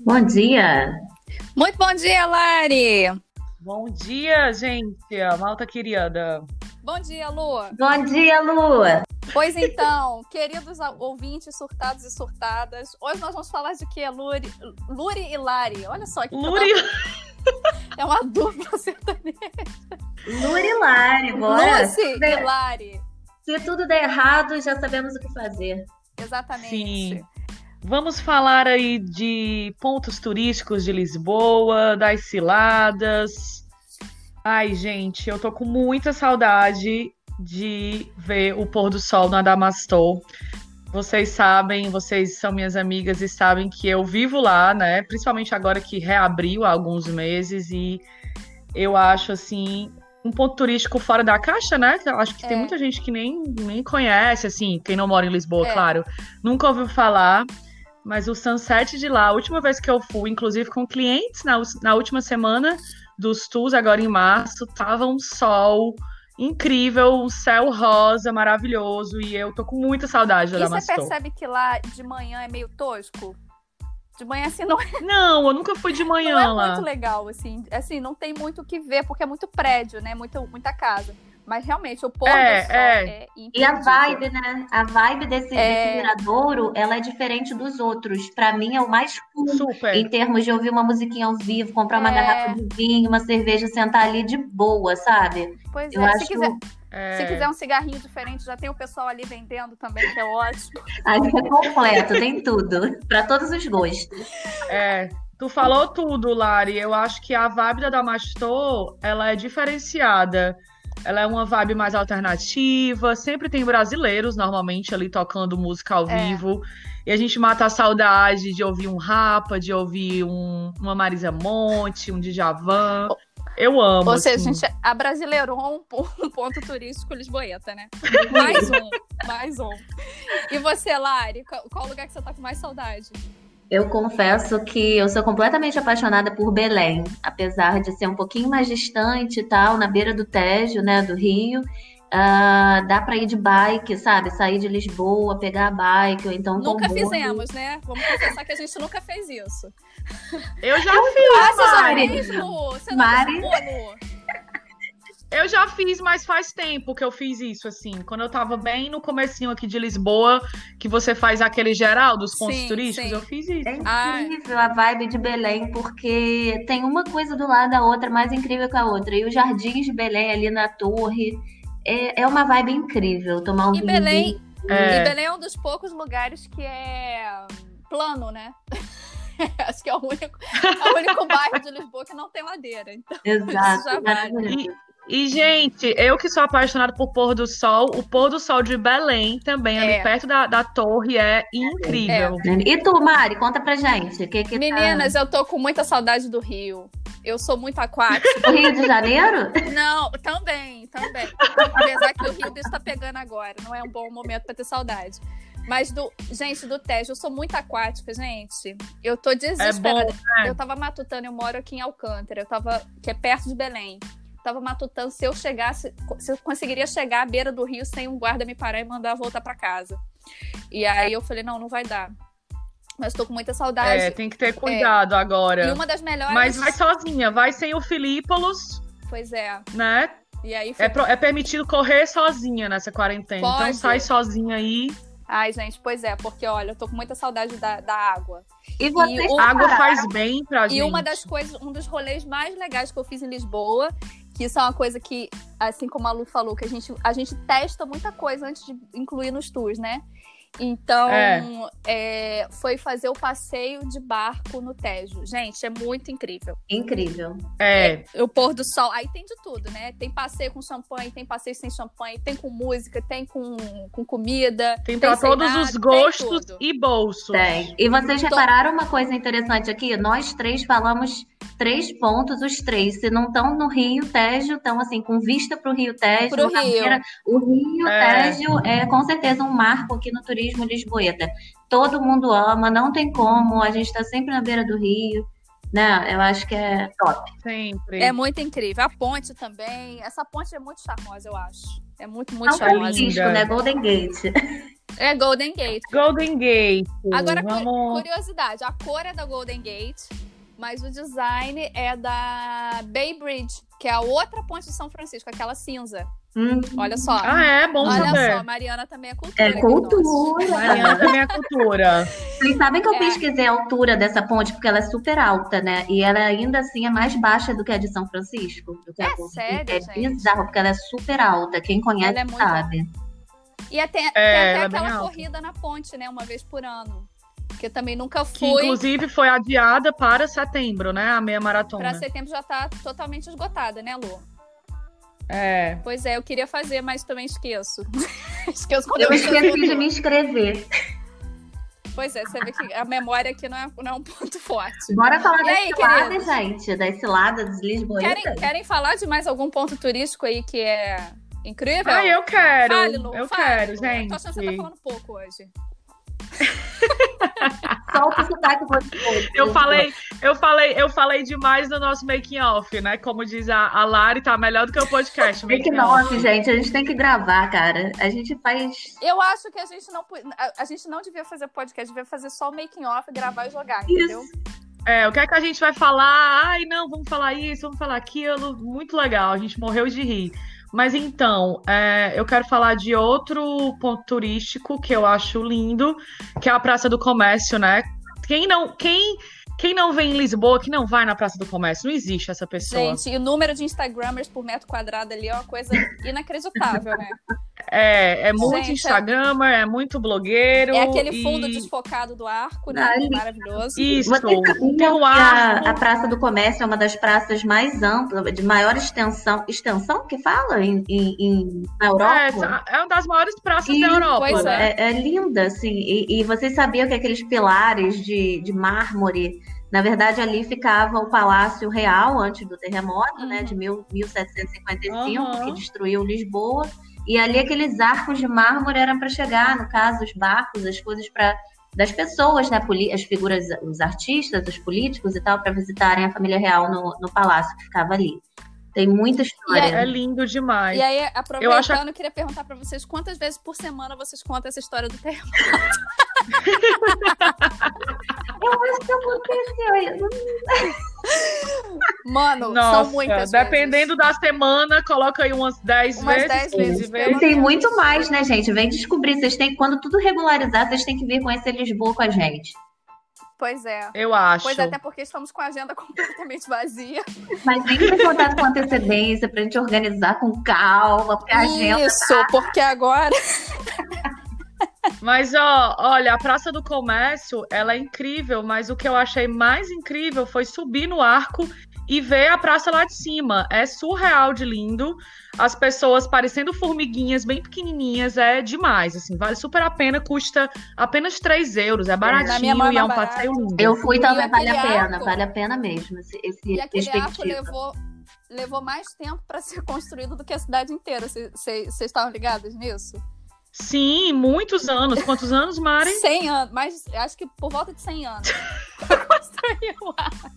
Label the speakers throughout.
Speaker 1: Bom dia!
Speaker 2: Muito bom dia, Lari!
Speaker 3: Bom dia, gente! Malta querida!
Speaker 2: Bom dia, Lu!
Speaker 1: Bom dia, Lu!
Speaker 2: Pois então, queridos ouvintes, surtados e surtadas, hoje nós vamos falar de quê, Luri? Luri e Lari. Olha só que
Speaker 3: Luri!
Speaker 2: é uma dupla sertaneja.
Speaker 1: Luri e Lari,
Speaker 3: é?
Speaker 1: bora!
Speaker 2: Lucy e Lari.
Speaker 1: Se tudo der errado, já sabemos o que fazer.
Speaker 2: Exatamente.
Speaker 3: Sim. Vamos falar aí de pontos turísticos de Lisboa, das ciladas. Ai, gente, eu tô com muita saudade de ver o pôr do sol no Adamastor. Vocês sabem, vocês são minhas amigas e sabem que eu vivo lá, né? Principalmente agora que reabriu há alguns meses e eu acho assim um ponto turístico fora da caixa, né? Eu acho que
Speaker 2: É.
Speaker 3: tem muita gente que nem, nem conhece, assim, quem não mora em Lisboa,
Speaker 2: É.
Speaker 3: claro. Nunca ouviu falar. Mas o sunset de lá, a última vez que eu fui, inclusive com clientes na, us- na última semana dos tours, agora em março, tava um sol incrível, um céu rosa maravilhoso. E eu tô com muita saudade
Speaker 2: E
Speaker 3: da
Speaker 2: você
Speaker 3: Damastor.
Speaker 2: percebe que lá de manhã é meio tosco? De manhã, assim, não,
Speaker 3: Não, eu nunca fui de manhã
Speaker 2: não é
Speaker 3: lá.
Speaker 2: muito legal, assim. Assim, não tem muito o que ver, porque é muito prédio, né? Muito, muita casa. Mas realmente, o pôr
Speaker 3: É,
Speaker 2: do sol
Speaker 3: é.
Speaker 2: é
Speaker 1: E a
Speaker 2: imperdível.
Speaker 1: vibe, né? A vibe desse,
Speaker 2: É.
Speaker 1: desse Miradouro, ela é diferente dos outros. Pra mim, é o mais cool
Speaker 3: Super.
Speaker 1: em termos de ouvir uma musiquinha ao vivo, comprar uma
Speaker 2: É.
Speaker 1: garrafa de vinho, uma cerveja, sentar ali de boa, sabe?
Speaker 2: Pois
Speaker 1: Eu
Speaker 2: é,
Speaker 1: acho
Speaker 2: se quiser,
Speaker 3: É.
Speaker 2: se quiser um cigarrinho diferente, já tem o pessoal ali vendendo também, que é ótimo.
Speaker 1: ali é completo, tem tudo. Pra todos os gostos.
Speaker 3: É, tu falou tudo, Lari. Eu acho que a vibe da Damastor, ela é diferenciada. Ela é uma vibe mais alternativa, sempre tem brasileiros normalmente ali tocando música ao
Speaker 2: É.
Speaker 3: vivo. E a gente mata a saudade de ouvir um Rapa, de ouvir um, uma Marisa Monte, um Djavan. Eu amo,
Speaker 2: Ou seja,
Speaker 3: assim.
Speaker 2: a gente abrasileirou um, po- um ponto turístico lisboeta, né?
Speaker 3: Uhum.
Speaker 2: Mais um, mais um. E você, Lari, qual, qual lugar que você tá com mais saudade?
Speaker 1: Eu confesso que eu sou completamente apaixonada por Belém, apesar de ser um pouquinho mais distante e tal, na beira do Tejo, né, do Rio. Ah, dá pra ir de bike, sabe? Sair de Lisboa, pegar a bike, ou então
Speaker 2: nunca
Speaker 1: comboio.
Speaker 2: fizemos, né? Vamos confessar que a gente nunca fez isso.
Speaker 3: Eu já fiz,
Speaker 2: Ah, você já
Speaker 3: Mari.
Speaker 2: fez, Lu? Você
Speaker 1: Mari.
Speaker 2: não fez, Lu?
Speaker 3: Eu já fiz, mas faz tempo que eu fiz isso, assim. Quando eu tava bem no comecinho aqui de Lisboa, que você faz aquele geral dos pontos
Speaker 2: Sim,
Speaker 3: turísticos,
Speaker 2: sim.
Speaker 3: eu fiz isso.
Speaker 1: É
Speaker 2: Ai.
Speaker 1: incrível a vibe de Belém, porque tem uma coisa do lado da outra mais incrível que a outra. E os jardins de Belém ali na torre é, é uma vibe incrível. Tomar um
Speaker 2: E Belém,
Speaker 3: É.
Speaker 2: e Belém é um dos poucos lugares que é hum, plano, né? Acho que é o único, é o único bairro de Lisboa que não tem ladeira. Então,
Speaker 1: vinhozinho.
Speaker 2: Isso já
Speaker 1: Exato,
Speaker 2: vale.
Speaker 1: maravilhoso.
Speaker 3: E, gente, eu que sou apaixonada por pôr do sol, o pôr do sol de Belém também,
Speaker 2: É.
Speaker 3: ali perto da, da torre, é incrível.
Speaker 1: E tu, Mari, conta pra gente. o Que que tá-
Speaker 2: meninas, eu tô com muita saudade do Rio. Eu sou muito aquática.
Speaker 1: O Rio de Janeiro?
Speaker 2: Não, também, também. Apesar que o Rio está pegando agora, não é um bom momento pra ter saudade. Mas do, gente, do Tejo, eu sou muito aquática, gente. Eu tô
Speaker 3: É bom.
Speaker 2: desesperada. Eu tava matutando, eu moro aqui em Alcântara, eu tava, que é perto de Belém. Tava matutando se eu chegasse, se eu conseguiria chegar à beira do rio sem um guarda me parar e mandar voltar pra casa. E aí eu falei, não, não vai dar. Mas tô com muita saudade.
Speaker 3: É, tem que ter cuidado
Speaker 2: e
Speaker 3: agora.
Speaker 2: uma das melhores.
Speaker 3: Mas vai sozinha, vai sem o Filípolos,
Speaker 2: Pois é.
Speaker 3: né?
Speaker 2: E aí foi
Speaker 3: É, pro- é permitido correr sozinha nessa quarentena. Então
Speaker 2: Pode.
Speaker 3: sai sozinha aí.
Speaker 2: Ai, gente, pois é, porque olha, eu tô com muita saudade da, da água.
Speaker 1: E vocês
Speaker 2: o-
Speaker 3: A água
Speaker 1: pararam?
Speaker 3: faz bem pra gente.
Speaker 2: E uma das coisas, um dos rolês mais legais que eu fiz em Lisboa, que isso é uma coisa que, assim como a Lu falou, que a gente, a gente testa muita coisa antes de incluir nos tours, né? Então,
Speaker 3: É.
Speaker 2: é, foi fazer o passeio de barco no Tejo. Gente, é muito incrível.
Speaker 1: Incrível.
Speaker 3: É,
Speaker 2: O pôr do sol, aí tem de tudo, né? Tem passeio com champanhe, tem passeio sem champanhe, tem com música, tem com, com comida.
Speaker 3: Tem pra
Speaker 2: sem
Speaker 3: todos
Speaker 2: nada,
Speaker 3: os
Speaker 2: tem
Speaker 3: gostos
Speaker 2: tudo.
Speaker 3: e bolsos.
Speaker 1: Tem. E vocês
Speaker 2: Tô-
Speaker 1: repararam uma coisa interessante aqui? Nós três falamos três pontos, os três. Se não estão no Rio Tejo, estão assim, com vista para o Rio Tejo,
Speaker 2: Pro
Speaker 1: na
Speaker 2: Rio.
Speaker 1: beira. O Rio
Speaker 3: É.
Speaker 1: Tejo é com certeza um marco aqui no turismo lisboeta. Todo mundo ama, não tem como, a gente está sempre na beira do Rio. Né? Eu acho que é top.
Speaker 3: Sempre.
Speaker 2: É muito incrível. A ponte também. Essa ponte é muito charmosa, eu acho. É muito, muito
Speaker 1: São
Speaker 2: charmosa.
Speaker 1: Francisco,
Speaker 3: linda.
Speaker 1: né? Golden Gate.
Speaker 2: É Golden Gate.
Speaker 3: Golden Gate.
Speaker 2: Agora, cu-
Speaker 3: vamos.
Speaker 2: curiosidade, a cor é da Golden Gate, mas o design é da Bay Bridge, que é a outra ponte de São Francisco, aquela cinza.
Speaker 1: Hum,
Speaker 2: Olha só.
Speaker 3: Ah, é bom
Speaker 2: Olha
Speaker 3: saber.
Speaker 2: só, a Mariana também é cultura.
Speaker 1: é
Speaker 2: que
Speaker 3: Mariana
Speaker 1: cultura.
Speaker 3: também é cultura.
Speaker 1: Vocês sabem que eu
Speaker 2: É.
Speaker 1: pesquisei a altura dessa ponte, porque ela é super alta, né? E ela ainda assim é mais baixa do que a de São Francisco. do que a
Speaker 2: É
Speaker 1: ponte.
Speaker 2: sério,
Speaker 1: É
Speaker 2: gente?
Speaker 1: bizarro, porque ela é super alta. Quem conhece
Speaker 2: Ela é muito
Speaker 1: sabe.
Speaker 2: E até, tem
Speaker 3: É,
Speaker 2: até
Speaker 3: ela é bem
Speaker 2: aquela
Speaker 3: alta.
Speaker 2: corrida na ponte, né? Uma vez por ano. Que eu também nunca
Speaker 3: Que
Speaker 2: fui.
Speaker 3: inclusive foi adiada para setembro, né? A meia
Speaker 2: Pra
Speaker 3: maratona.
Speaker 2: setembro já tá totalmente esgotada, né, Lu?
Speaker 3: É.
Speaker 2: Pois é, eu queria fazer, mas também esqueço. esqueço quando eu,
Speaker 1: Eu esqueci
Speaker 2: esqueço.
Speaker 1: de me inscrever.
Speaker 2: Pois é, você vê que a memória aqui não é, não é um ponto forte.
Speaker 1: Bora falar
Speaker 2: E
Speaker 1: das
Speaker 2: aí,
Speaker 1: ciladas, gente. Das ciladas lisboetas.
Speaker 2: Querem, querem falar de mais algum ponto turístico aí que é incrível?
Speaker 3: Ah, eu quero.
Speaker 2: Fale, Lu,
Speaker 3: eu
Speaker 2: fale,
Speaker 3: quero,
Speaker 2: Lu. Eu tô achando que você tá
Speaker 3: gente.
Speaker 2: falando pouco hoje.
Speaker 1: Solta o sotaque gostoso.
Speaker 3: Eu falei, eu falei, eu falei demais no nosso making off, né? Como diz a, a Lari, tá melhor do que o podcast.
Speaker 1: É que
Speaker 3: making off.
Speaker 1: nome, gente. A gente tem que gravar, cara. A gente faz.
Speaker 2: Eu acho que a gente não pu- a, a gente não devia fazer podcast, devia fazer só o making off, gravar e jogar, entendeu?
Speaker 3: É, o que é que a gente vai falar? Ai, não, vamos falar isso, vamos falar aquilo. Muito legal, a gente morreu de rir. Mas então, é, eu quero falar de outro ponto turístico que eu acho lindo, que é a Praça do Comércio, né? Quem não, quem, quem não vem em Lisboa, que não vai na Praça do Comércio, não existe essa pessoa.
Speaker 2: Gente, e o número de Instagramers por metro quadrado ali é uma coisa inacreditável, né?
Speaker 3: É, é muito
Speaker 2: Gente, é-
Speaker 3: Instagramer, é muito blogueiro.
Speaker 2: É aquele
Speaker 3: e-
Speaker 2: fundo desfocado do arco, né?
Speaker 1: Ai.
Speaker 2: Maravilhoso.
Speaker 3: Isso.
Speaker 1: Vocês sabiam
Speaker 3: Tem um
Speaker 1: que a,
Speaker 3: arco.
Speaker 1: a Praça do Comércio é uma das praças mais amplas, de maior extensão. Extensão que fala em, em- em- na
Speaker 3: É,
Speaker 1: Europa?
Speaker 3: essa- é uma das maiores praças
Speaker 1: Ih,
Speaker 3: da Europa,
Speaker 2: pois
Speaker 3: né?
Speaker 1: É, é linda, assim. E, e vocês sabiam que aqueles pilares de, de mármore, na verdade, ali ficava o Palácio Real antes do terremoto, né?
Speaker 2: Uhum.
Speaker 1: De mil, 1755,
Speaker 3: Aham.
Speaker 1: que destruiu Lisboa. E ali aqueles arcos de mármore eram para chegar, no caso, os barcos, as coisas para das pessoas, né, poli- as figuras, os artistas, os políticos e tal, para visitarem a família real no, no palácio que ficava ali. Tem muita história.
Speaker 3: É lindo demais.
Speaker 2: E aí,
Speaker 3: Eu acho-
Speaker 2: aproveitando, eu queria perguntar pra vocês quantas vezes por semana vocês contam essa história do terremoto.
Speaker 1: Eu acho que aconteceu. isso.
Speaker 2: Mano,
Speaker 3: Nossa,
Speaker 2: são muitas
Speaker 3: dependendo
Speaker 2: vezes.
Speaker 3: da semana, coloca aí umas 10
Speaker 2: Umas
Speaker 3: vezes,
Speaker 2: 10
Speaker 3: 15
Speaker 2: vezes,
Speaker 1: E
Speaker 2: pelo
Speaker 1: tem muito mais, né, gente? Vem descobrir. Vocês têm, quando tudo regularizar, vocês têm que vir conhecer Lisboa com a gente.
Speaker 2: Pois é.
Speaker 3: Eu acho.
Speaker 2: Pois é, até porque estamos com a agenda completamente vazia.
Speaker 1: Mas vem me contar com antecedência pra gente organizar com calma,
Speaker 2: É
Speaker 1: porque a agenda.
Speaker 2: Isso, porque agora.
Speaker 3: Mas, ó, olha, a Praça do Comércio, ela é incrível, mas o que eu achei mais incrível foi subir no arco e ver a praça lá de cima. É surreal de lindo. As pessoas parecendo formiguinhas bem pequenininhas, é demais, assim, vale super a pena, custa apenas 3 euros, é
Speaker 2: Na minha mão
Speaker 3: baratinho
Speaker 2: é
Speaker 3: e é um
Speaker 2: mais barato.
Speaker 3: passeio lindo.
Speaker 1: Eu fui, então
Speaker 2: E
Speaker 1: vale a
Speaker 2: aquele
Speaker 1: pena,
Speaker 2: arco?
Speaker 1: vale a pena mesmo. Esse, esse
Speaker 2: E aquele arco
Speaker 1: perspectiva.
Speaker 2: levou, levou mais tempo pra ser construído do que a cidade inteira. Vocês estavam ligados nisso?
Speaker 3: Sim, muitos anos. Quantos anos, Mari?
Speaker 2: 100 anos, mas acho que por volta de 100 anos. Construiu.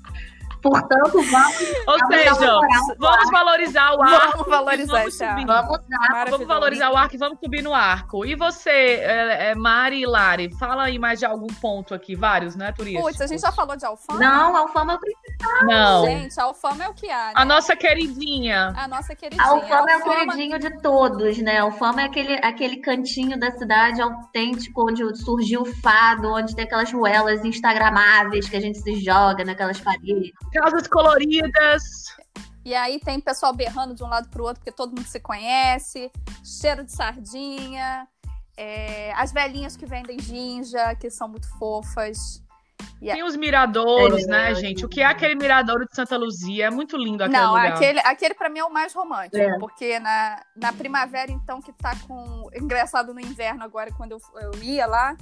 Speaker 1: Portanto, vamos,
Speaker 3: Ou
Speaker 1: Vamos
Speaker 3: seja,
Speaker 2: é
Speaker 1: valorizar o
Speaker 3: vamos valorizar o arco.
Speaker 2: Vamos valorizar
Speaker 3: vamos
Speaker 2: esse arco.
Speaker 3: subir.
Speaker 1: vamos dar.
Speaker 3: Vamos
Speaker 2: Maravilhoso.
Speaker 3: valorizar o arco e vamos subir no arco. E você, é, é, Mari e Lari, fala aí mais de algum ponto aqui, vários, né, turistas?
Speaker 2: Putz, a gente já falou de Alfama?
Speaker 1: Não, Alfama é o
Speaker 3: Não.
Speaker 2: Gente, Alfama é o que há, né?
Speaker 3: A nossa queridinha.
Speaker 2: A nossa queridinha.
Speaker 1: A Alfama é o
Speaker 2: Alfama-
Speaker 1: queridinho de todos, né? A Alfama é aquele, aquele cantinho da cidade autêntico onde surgiu o fado, onde tem aquelas ruelas instagramáveis que a gente se joga naquelas paredes.
Speaker 3: Casas coloridas.
Speaker 2: E aí tem pessoal berrando de um lado pro outro, porque todo mundo se conhece. Cheiro de sardinha. é, as velhinhas que vendem ginja, que são muito fofas.
Speaker 3: Tem os miradouros,
Speaker 1: É,
Speaker 3: né, gente? O que é aquele miradouro de Santa Luzia? É muito lindo aquele
Speaker 2: Não,
Speaker 3: lugar.
Speaker 2: aquele, aquele pra mim é o mais romântico.
Speaker 1: É.
Speaker 2: Porque na, na primavera, então, que tá com. Engraçado no inverno agora, quando eu, eu ia lá,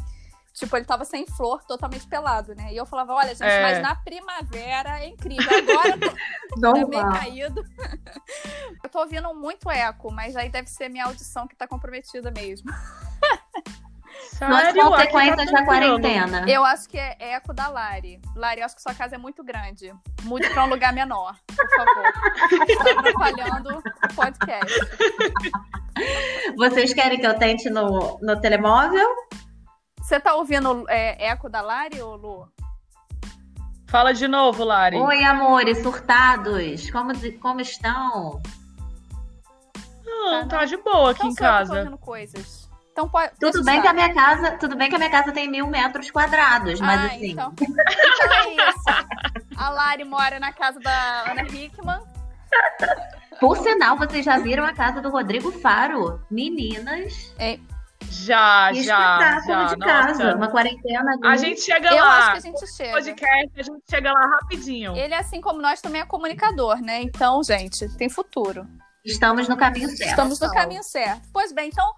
Speaker 2: tipo, ele tava sem flor, totalmente pelado, né? E eu falava, olha, gente,
Speaker 3: É.
Speaker 2: mas na primavera é incrível. Agora tá meio caído. eu tô ouvindo muito eco, mas aí deve ser minha audição que tá comprometida mesmo.
Speaker 1: Nós
Speaker 3: aniversário. aqui tá
Speaker 1: consequências da
Speaker 3: tranquilo.
Speaker 1: quarentena.
Speaker 2: Eu acho que é eco da Lari. Lari, eu acho que sua casa é muito grande. Mude pra um lugar menor, por favor. Está atrapalhando o podcast.
Speaker 1: Vocês querem que eu tente no, no telemóvel?
Speaker 2: Você tá ouvindo é, eco da Lari, ô Lu?
Speaker 3: Fala de novo, Lari.
Speaker 1: Oi, amores, surtados. Como, de- como estão?
Speaker 3: Não,
Speaker 2: Tá,
Speaker 3: tá, de boa aqui
Speaker 2: Então sou eu
Speaker 3: em
Speaker 2: que tô
Speaker 3: casa.
Speaker 2: fazendo coisas. Então pode. deixa
Speaker 1: Tudo
Speaker 2: eu
Speaker 1: bem que
Speaker 2: estar.
Speaker 1: a minha casa, tudo bem que a minha casa tem mil metros quadrados, mas
Speaker 2: ah,
Speaker 1: assim.
Speaker 2: Então. então é isso. A Lari mora na casa da Ana Hickman.
Speaker 1: Por sinal, vocês já viram a casa do Rodrigo Faro? Meninas,
Speaker 3: Já,
Speaker 1: que
Speaker 3: Ah, já,
Speaker 1: espetáculo
Speaker 3: já.
Speaker 1: tá, de
Speaker 3: Nossa.
Speaker 1: casa. Uma quarentena de
Speaker 3: A gente chega
Speaker 2: Eu acho
Speaker 3: lá.
Speaker 2: que a gente chega.
Speaker 3: Podcast, a gente chega lá rapidinho.
Speaker 2: Ele, assim como nós, também é comunicador, né? Então, gente, tem futuro.
Speaker 1: estamos no caminho certo.
Speaker 2: Estamos no caminho certo. Pois bem, então,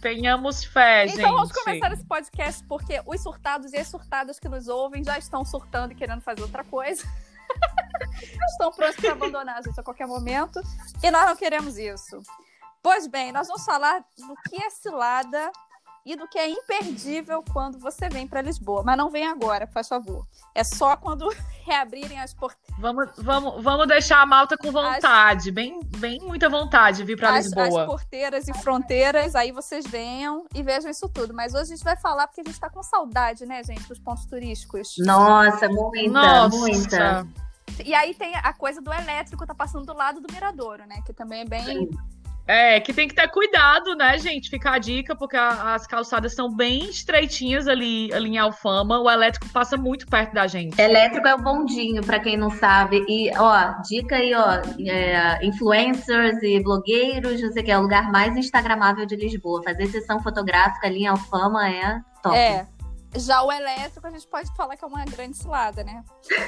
Speaker 3: Tenhamos fé, É, gente.
Speaker 2: então vamos começar esse podcast, porque os surtados e as surtadas que nos ouvem já estão surtando e querendo fazer outra coisa. estão prontos para abandonar a gente a qualquer momento. E nós não queremos isso. Pois bem, nós vamos falar do que é cilada e do que é imperdível quando você vem para Lisboa. Mas não vem agora, faz favor. É só quando reabrirem as portas.
Speaker 3: Vamos, vamos, vamos deixar a malta com vontade, bem, bem muita vontade de vir
Speaker 2: as,
Speaker 3: pra
Speaker 2: as
Speaker 3: Lisboa.
Speaker 2: porteiras e fronteiras, aí vocês venham e vejam isso tudo. Mas hoje a gente vai falar porque a gente tá com saudade, né, gente, dos pontos turísticos.
Speaker 1: Nossa, muita,
Speaker 3: Nossa,
Speaker 1: muita.
Speaker 2: E aí tem a coisa do elétrico, tá passando do lado do miradouro, né? Que também é bem.
Speaker 3: é que tem que ter cuidado, né, gente? Fica a dica, porque a- as calçadas são bem estreitinhas ali, ali em Alfama. O elétrico passa muito perto da gente.
Speaker 1: Elétrico é o bondinho, pra quem não sabe. E, ó, dica aí, ó, é, influencers e blogueiros, não sei o que, é o lugar mais instagramável de Lisboa. Fazer sessão fotográfica ali em Alfama é top.
Speaker 2: É. Já o elétrico, a gente pode falar que é uma grande cilada, né?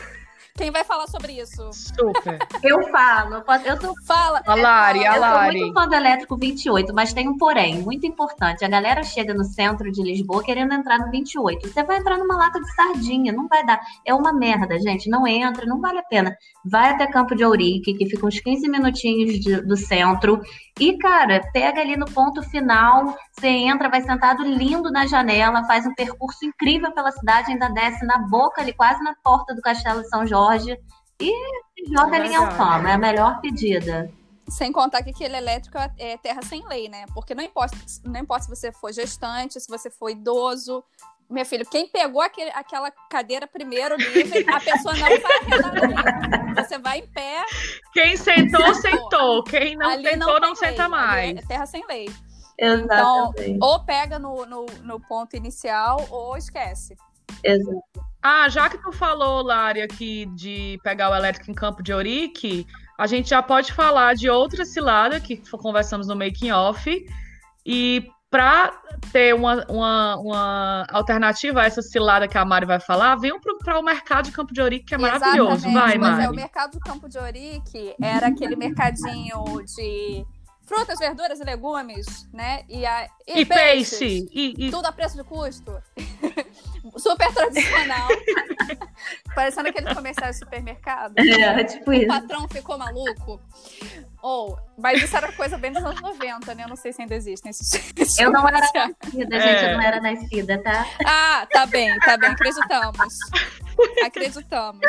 Speaker 2: Quem vai falar sobre isso? É,
Speaker 3: Super.
Speaker 1: Eu falo, eu, posso- eu sou,
Speaker 2: Fala!
Speaker 3: A Lari,
Speaker 1: eu
Speaker 3: a
Speaker 1: sou
Speaker 3: Lari.
Speaker 1: muito fã do Elétrico 28, mas tem um porém, muito importante. A galera chega no centro de Lisboa querendo entrar no 28. Você vai entrar numa lata de sardinha, não vai dar. É uma merda, gente. Não entra, não vale a pena. Vai até Campo de Ourique, que fica uns 15 minutinhos de- do centro. E, cara, pega ali no ponto final, você entra, vai sentado lindo na janela, faz um percurso incrível pela cidade, ainda desce na boca ali, quase na porta do Castelo de São Jorge. E se joga ali em
Speaker 3: Verdade.
Speaker 1: Alfama, é a melhor pedida.
Speaker 2: Sem contar que aquele elétrico é terra sem lei, né? Porque não importa, não importa se você for gestante, se você for idoso. Meu filho, quem pegou aquele- aquela cadeira primeiro livre, a pessoa não vai arredar Você vai em pé,
Speaker 3: Quem
Speaker 2: Sentou.
Speaker 3: sentou, sentou. Quem não
Speaker 2: ali
Speaker 3: sentou, não,
Speaker 2: tem lei,
Speaker 3: senta
Speaker 2: ali
Speaker 3: mais.
Speaker 2: É terra sem lei.
Speaker 1: Exatamente.
Speaker 2: Ou pega no, no, no ponto inicial ou esquece.
Speaker 1: Exato.
Speaker 3: Ah, já que tu falou, Lari, aqui de pegar o elétrico em Campo de Ourique, a gente já pode falar de outra cilada que f- conversamos no making off. E para ter uma, uma, uma alternativa a essa cilada que a Mari vai falar, venham para o mercado de Campo de Ourique, que é maravilhoso.
Speaker 2: Exatamente.
Speaker 3: Vai,
Speaker 2: Pois
Speaker 3: Mari.
Speaker 2: é, o mercado do Campo de Ourique era aquele mercadinho de frutas, verduras e legumes, né? E, a,
Speaker 3: E peixe. E, e-
Speaker 2: Tudo a preço de custo. Super tradicional. Parecendo aquele comercial de supermercado.
Speaker 1: É, tipo
Speaker 2: O
Speaker 1: isso.
Speaker 2: patrão ficou maluco. Ou, mas isso era coisa bem dos anos 90, né? Eu não sei se ainda existem esses. esses
Speaker 1: Eu não era
Speaker 2: comerciais.
Speaker 1: Vida,
Speaker 3: É.
Speaker 1: assim, gente, eu não era nascida, tá?
Speaker 2: Ah, tá bem, tá bem, acreditamos. Acreditamos.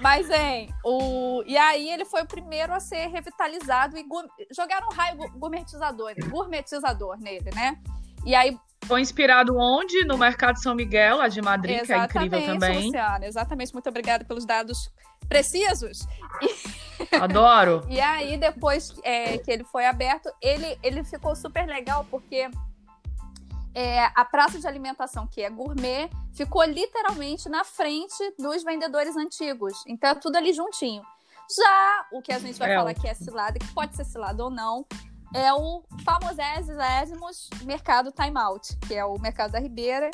Speaker 2: Mas, hein, o... e aí ele foi o primeiro a ser revitalizado e gu- jogaram um raio gu- gourmetizador, gourmetizador nele, né? E aí
Speaker 3: foi inspirado onde? No mercado São Miguel, lá de Madrid, que é incrível também.
Speaker 2: Luciana, exatamente. Muito obrigada pelos dados precisos.
Speaker 3: Adoro.
Speaker 2: E aí, depois é, que ele foi aberto, ele, ele ficou super legal, porque é, a praça de alimentação, que é gourmet, ficou literalmente na frente dos vendedores antigos. Então, é tudo ali juntinho. Já o que a gente vai
Speaker 3: É,
Speaker 2: falar que é cilada, que pode ser cilada ou não, é o famosésimo mercado Time Out, que é o mercado da Ribeira.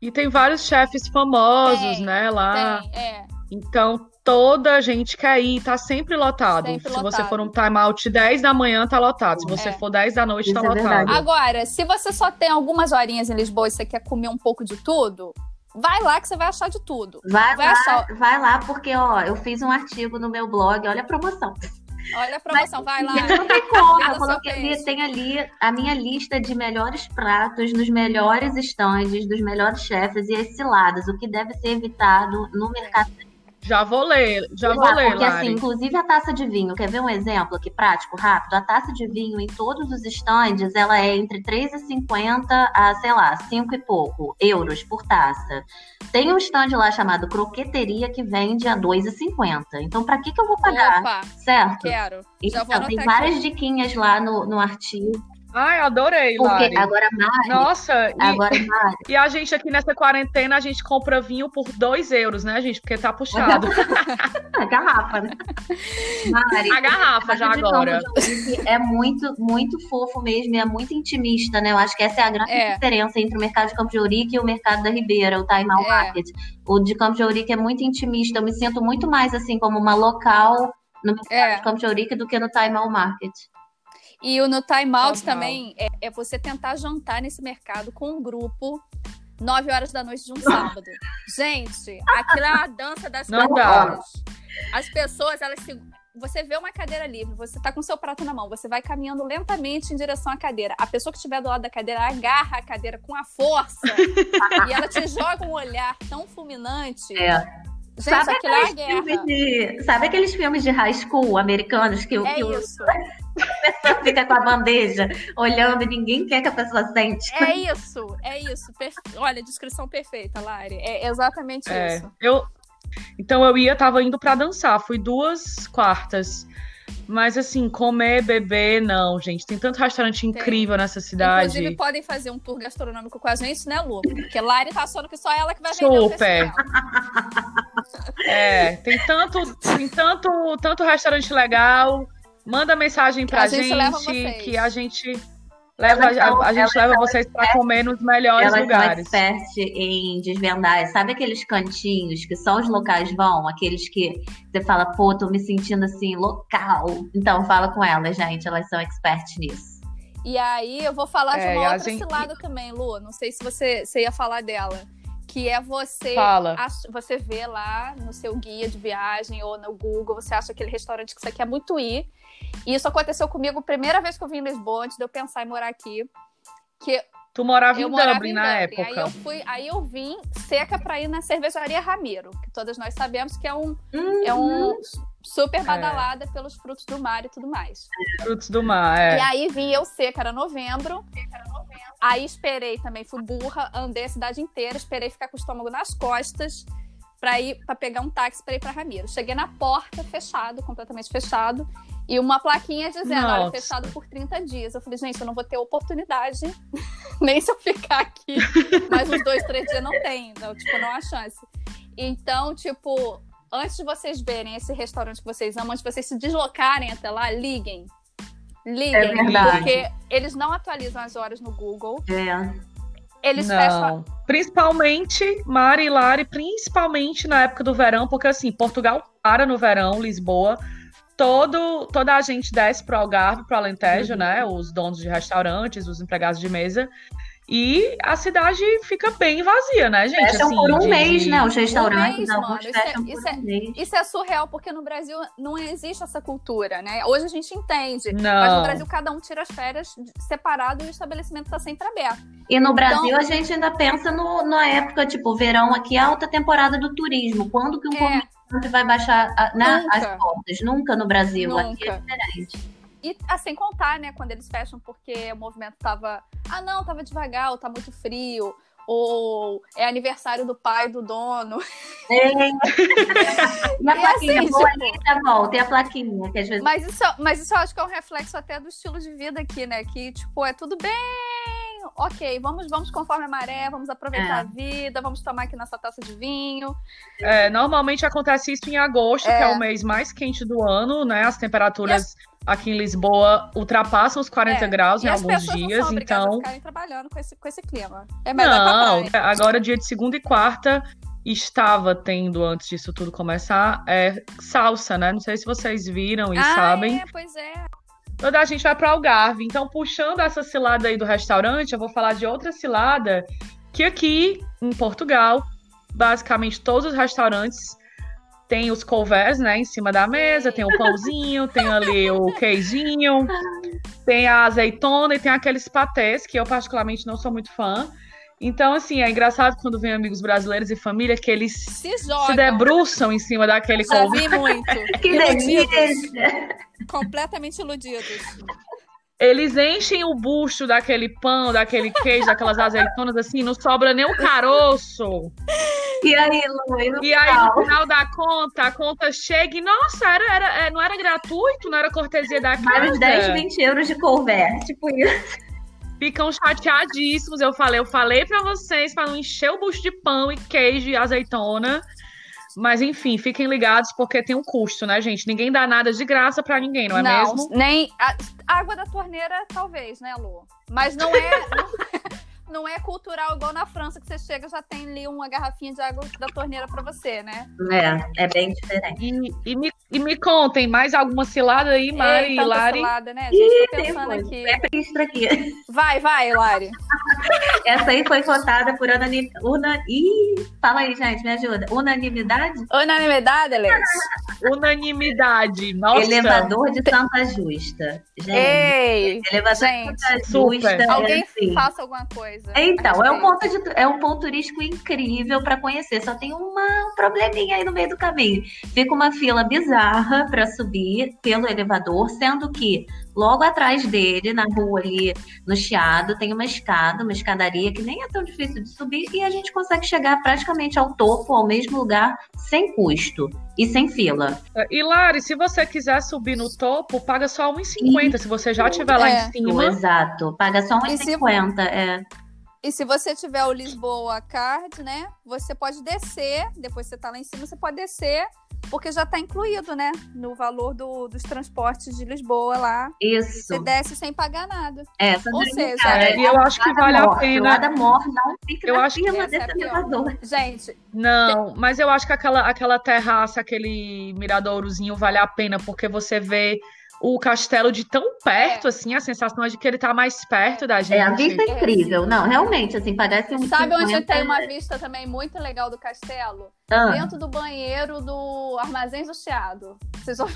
Speaker 3: E tem vários chefes famosos,
Speaker 2: Tem,
Speaker 3: né, lá.
Speaker 2: Tem, é,
Speaker 3: Então, toda a gente quer ir, tá sempre lotado.
Speaker 2: Sempre
Speaker 3: Se você
Speaker 2: lotado.
Speaker 3: for um timeout 10 da manhã, tá lotado. Se você
Speaker 2: É.
Speaker 3: for 10 da noite,
Speaker 1: Isso
Speaker 3: tá
Speaker 1: é
Speaker 3: lotado.
Speaker 1: verdade.
Speaker 2: Agora, se você só tem algumas horinhas em Lisboa e você quer comer um pouco de tudo, vai lá que você vai achar de tudo.
Speaker 1: Vai,
Speaker 2: Vai
Speaker 1: lá,
Speaker 2: achar.
Speaker 1: vai lá, porque, ó, eu fiz um artigo no meu blog, olha a promoção.
Speaker 2: Olha a promoção, vai lá.
Speaker 1: Não tem como.
Speaker 2: Cada
Speaker 1: Eu coloquei
Speaker 2: seu
Speaker 1: ali,
Speaker 2: peixe.
Speaker 1: tem ali a minha lista de melhores pratos, nos melhores estandes, dos melhores chefes e as ciladas, o que deve ser evitado no mercado.
Speaker 3: Já vou ler, já vou
Speaker 1: Lá,
Speaker 3: ler,
Speaker 1: Porque assim,
Speaker 3: Lari.
Speaker 1: inclusive a taça de vinho, quer ver um exemplo aqui prático, rápido? A taça de vinho em todos os estandes, ela é entre 3,50 a, sei lá, 5 e pouco euros por taça. Tem um stand lá chamado Croqueteria que vende a 2,50. Então, pra que que eu vou pagar?
Speaker 2: Opa,
Speaker 1: Certo?
Speaker 3: é,
Speaker 2: quero.
Speaker 1: Então,
Speaker 2: Já vou
Speaker 1: tem
Speaker 2: anotar aqui.
Speaker 1: várias diquinhas lá no, no artigo.
Speaker 3: Ai, adorei,
Speaker 1: Porque
Speaker 3: Lari.
Speaker 1: agora, Mari,
Speaker 3: Nossa, e,
Speaker 1: agora Mari,
Speaker 3: e a gente aqui nessa quarentena, a gente compra vinho por 2 euros, né, gente? Porque tá puxado.
Speaker 1: a garrafa, né? Mari,
Speaker 3: A garrafa
Speaker 1: Mas
Speaker 3: já
Speaker 1: o de Campo
Speaker 3: agora.
Speaker 1: de Olive É muito, muito fofo mesmo, e é muito intimista, né? Eu acho que essa é a grande
Speaker 2: É.
Speaker 1: diferença entre o mercado de Campo de Ourique e o mercado da Ribeira, o Time Out
Speaker 2: É.
Speaker 1: Market. O de Campo de Ourique é muito intimista, eu me sinto muito mais assim como uma local no mercado
Speaker 2: É.
Speaker 1: de Campo de Ourique do que no Time Out Market.
Speaker 2: E o no time out
Speaker 3: Total.
Speaker 2: também é, é você tentar jantar nesse mercado com um grupo 9 horas da noite de um sábado. Gente, aquilo é a dança das
Speaker 3: Não
Speaker 2: cadeiras. As pessoas, elas se... Você vê uma cadeira livre, você tá com seu prato na mão, você vai caminhando lentamente em direção à cadeira. A pessoa que estiver do lado da cadeira agarra a cadeira com a força e ela te joga um olhar tão fulminante.
Speaker 1: É.
Speaker 2: Gente,
Speaker 1: Sabe
Speaker 2: aquilo é a
Speaker 1: aqueles filmes
Speaker 2: guerra.
Speaker 1: de, sabe aqueles filmes de high school americanos que, o-
Speaker 2: É
Speaker 1: que o-
Speaker 2: isso.
Speaker 1: fica com a bandeja olhando e ninguém quer que a pessoa sente?
Speaker 2: É isso, é isso. Perfe- Olha, descrição perfeita, Lari. É exatamente
Speaker 3: É,
Speaker 2: isso.
Speaker 3: eu então eu ia tava indo pra dançar, fui duas quartas. Mas assim, comer, beber, não, gente. Tem tanto restaurante incrível nessa cidade.
Speaker 2: Inclusive, podem fazer um tour gastronômico com a gente, né, Lu? Porque Lari tá achando que só ela que vai
Speaker 3: Super.
Speaker 2: vender o festival.
Speaker 3: É, tem tanto, tem tanto, tanto restaurante legal. Manda mensagem pra
Speaker 2: a gente leva vocês.
Speaker 3: que a gente leva
Speaker 1: Elas são-
Speaker 3: a, a gente leva vocês pra comer nos melhores
Speaker 1: Ela é
Speaker 3: lugares.
Speaker 1: expert em desvendar. Sabe aqueles cantinhos que só os locais vão? Aqueles que você fala, pô, tô me sentindo assim, local. Então, fala com elas, gente. Elas são experts nisso.
Speaker 2: E aí, eu vou falar de
Speaker 3: É,
Speaker 2: uma
Speaker 3: a
Speaker 2: outra
Speaker 3: gente-
Speaker 2: cilada também, Lu. Não sei se você, você ia falar dela. Que é você
Speaker 3: Fala.
Speaker 2: ach- você vê lá no seu guia de viagem ou no Google, você acha aquele restaurante que você quer muito ir. E isso aconteceu comigo, primeira vez que eu vim em Lisboa, antes de eu pensar em morar aqui. Que
Speaker 3: Tu morava
Speaker 2: eu
Speaker 3: em
Speaker 2: morava
Speaker 3: Dublin
Speaker 2: em
Speaker 3: na
Speaker 2: Dublin. Aí
Speaker 3: época.
Speaker 2: eu, fui, aí eu vim seca pra ir na cervejaria Ramiro, que todas nós sabemos que é um
Speaker 3: Uhum.
Speaker 2: é um
Speaker 3: É.
Speaker 2: super badalada pelos frutos do mar e tudo mais.
Speaker 3: Frutos do mar, é.
Speaker 2: E aí vim eu seca, era novembro. Aí esperei também, fui burra, andei a cidade inteira, esperei ficar com o estômago nas costas pra ir para pegar um táxi pra ir pra Ramiro. Cheguei na porta, fechado, completamente fechado, e uma plaquinha dizendo, olha,
Speaker 3: Nossa.
Speaker 2: fechado por 30 dias. Eu falei, gente, eu não vou ter oportunidade, nem se eu ficar aqui mais uns dois, três dias não tem, não, tipo, não há chance. Então, tipo, antes de vocês verem esse restaurante que vocês amam, antes de vocês se deslocarem até lá, liguem. Liguem,
Speaker 1: É verdade.
Speaker 2: porque eles não atualizam as horas no Google.
Speaker 1: É.
Speaker 2: Eles fecham.
Speaker 3: Não. Principalmente, Mari e Lari, principalmente na época do verão, porque assim, Portugal para no verão, Lisboa. Todo, toda a gente desce pro Algarve, pro Alentejo,
Speaker 1: Uhum.
Speaker 3: né? Os donos de restaurantes, os empregados de mesa. E a cidade fica bem vazia, né, gente?
Speaker 1: Fecham
Speaker 3: Assim,
Speaker 1: por um
Speaker 3: de-
Speaker 1: mês,
Speaker 3: de-
Speaker 1: né? Os restaurantes,
Speaker 2: mês, mano.
Speaker 1: alguns
Speaker 2: Isso é-
Speaker 1: fecham
Speaker 2: isso
Speaker 1: por
Speaker 2: é-
Speaker 1: um mês.
Speaker 2: Isso é surreal, porque no Brasil não existe essa cultura, né? Hoje a gente entende. Mas no
Speaker 3: Não.
Speaker 2: Brasil, cada um tira as férias separado e o estabelecimento tá sempre aberto.
Speaker 1: E no Brasil, a gente ainda pensa no, na época, tipo, verão aqui, alta temporada do turismo. Quando que um
Speaker 2: É,
Speaker 1: comerciante vai baixar a- na-
Speaker 2: Nunca.
Speaker 1: as portas? Nunca no Brasil. Aqui é
Speaker 2: Nunca.
Speaker 1: diferente.
Speaker 2: E assim contar, né, quando eles fecham porque o movimento tava, ah não, tava devagar, ou tá muito frio, ou é aniversário do pai do dono.
Speaker 1: E a
Speaker 2: É
Speaker 1: É. plaquinha
Speaker 2: assim,
Speaker 1: boa ali, tá bom. Tem a plaquinha, que às vezes
Speaker 2: Mas isso, mas isso eu acho que é um reflexo até do estilo de vida aqui, né, que tipo, é tudo bem, ok, vamos, vamos conforme a maré, vamos aproveitar
Speaker 1: É.
Speaker 2: a vida, vamos tomar aqui nossa taça de vinho.
Speaker 3: É, normalmente acontece isso em agosto, que é
Speaker 2: É.
Speaker 3: o mês mais quente do ano, né? As temperaturas aqui em Lisboa ultrapassam os 40
Speaker 2: É.
Speaker 3: graus
Speaker 2: E
Speaker 3: em
Speaker 2: as
Speaker 3: alguns
Speaker 2: pessoas não
Speaker 3: dias,
Speaker 2: são obrigadas a
Speaker 3: então.
Speaker 2: ficarem trabalhando com esse, com esse clima. É melhor ir pra
Speaker 3: Não,
Speaker 2: praia.
Speaker 3: agora dia de segunda e quarta estava tendo, antes disso tudo começar, é, salsa, né? Não sei se vocês viram e
Speaker 2: ah,
Speaker 3: sabem.
Speaker 2: É, pois é.
Speaker 3: Quando a gente vai para Algarve, então puxando essa cilada aí do restaurante, eu vou falar de outra cilada que aqui em Portugal, basicamente todos os restaurantes Tem os couvéis, né, em cima da mesa, tem o pãozinho, tem ali o queijinho, tem a azeitona e tem aqueles patês, que eu particularmente não sou muito fã. Então, assim, é engraçado quando vem amigos brasileiros e família que eles
Speaker 2: Se
Speaker 3: se
Speaker 2: joga.
Speaker 3: debruçam em cima daquele
Speaker 2: Já
Speaker 3: couve.
Speaker 2: vi muito.
Speaker 1: Que delícia!
Speaker 2: Completamente iludidos.
Speaker 3: Eles enchem o bucho daquele pão, daquele queijo, daquelas azeitonas, assim, não sobra nem um caroço.
Speaker 1: E aí, Luiz?
Speaker 3: E aí, no final da conta, a conta chega e, nossa, era, era, é, não era gratuito, não era cortesia da
Speaker 1: Mais
Speaker 3: casa.
Speaker 1: uns 10, 20 euros de couvé. Tipo isso.
Speaker 3: Ficam chateadíssimos. Eu falei, eu falei pra vocês pra não encher o bucho de pão e queijo e azeitona. Mas enfim, fiquem ligados porque tem um custo, né, gente? Ninguém dá nada de graça pra ninguém, não é mesmo?
Speaker 2: nem a a água da torneira, talvez, né, Lu? Mas não é. Não é cultural igual na França, que você chega e já tem ali uma garrafinha de água da torneira pra você, né?
Speaker 1: É, é bem diferente.
Speaker 3: E, e me, e me contem mais alguma cilada aí, Mari
Speaker 2: Eita,
Speaker 3: e Lari.
Speaker 2: cilada, né? Gente, tô
Speaker 1: tem
Speaker 2: pensando
Speaker 1: coisa.
Speaker 2: aqui.
Speaker 1: Sempre isso aqui.
Speaker 2: Vai, vai, Lari.
Speaker 1: Essa aí foi votada por unanimidade. Una... Ih, fala aí, gente, me ajuda. Unanimidade?
Speaker 2: Unanimidade, Alex?
Speaker 3: Unanimidade. Nossa.
Speaker 1: é Elevador de Santa Justa. Gente, elevador
Speaker 2: Ei! É. gente,
Speaker 1: de Santa
Speaker 3: super.
Speaker 1: Justa. é
Speaker 2: Alguém
Speaker 1: assim.
Speaker 2: faça alguma coisa.
Speaker 1: Então, é um,
Speaker 2: ponto.
Speaker 1: ponto de, tu- é um ponto turístico incrível para conhecer, só tem uma, um probleminha aí no meio do caminho. Fica uma fila bizarra para subir pelo elevador, sendo que logo atrás dele, na rua ali no Chiado, tem uma escada, uma escadaria que nem é tão difícil de subir e a gente consegue chegar praticamente ao topo, ao mesmo lugar, sem custo e sem fila.
Speaker 3: E Lari, se você quiser subir no topo, paga só 1,50 se você já estiver lá
Speaker 2: É.
Speaker 3: em cima.
Speaker 1: Exato, paga só
Speaker 2: E
Speaker 1: uns
Speaker 2: se-
Speaker 1: 50, é.
Speaker 2: E se você tiver o Lisboa Card, né? Você pode descer, depois você tá lá em cima, você pode descer, porque já tá incluído, né? No valor do- dos transportes de Lisboa lá.
Speaker 1: Isso.
Speaker 2: Você desce sem pagar nada.
Speaker 1: É, Sandra
Speaker 2: Ou seja,
Speaker 1: Ricardo,
Speaker 2: é-
Speaker 3: E eu acho que
Speaker 1: Lada
Speaker 3: vale a
Speaker 1: Mor,
Speaker 3: pena.
Speaker 1: Lada Mor não fica
Speaker 3: Eu
Speaker 1: na
Speaker 3: acho que
Speaker 1: fila
Speaker 2: essa é a
Speaker 1: desse
Speaker 2: pior.
Speaker 1: elevador.
Speaker 2: Gente,
Speaker 3: Não, mas eu acho que aquela, aquela terraça, aquele miradourozinho vale a pena, porque você vê o castelo de tão perto, assim, a sensação é de que ele tá mais perto da gente.
Speaker 1: É, a vista é incrível. Não, realmente, assim, parece um.
Speaker 2: sabe onde
Speaker 1: 50,
Speaker 2: tem uma vista também muito legal do castelo?
Speaker 1: Ah,
Speaker 2: Dentro do banheiro do Armazéns do Chiado. Vocês
Speaker 1: É
Speaker 2: vão...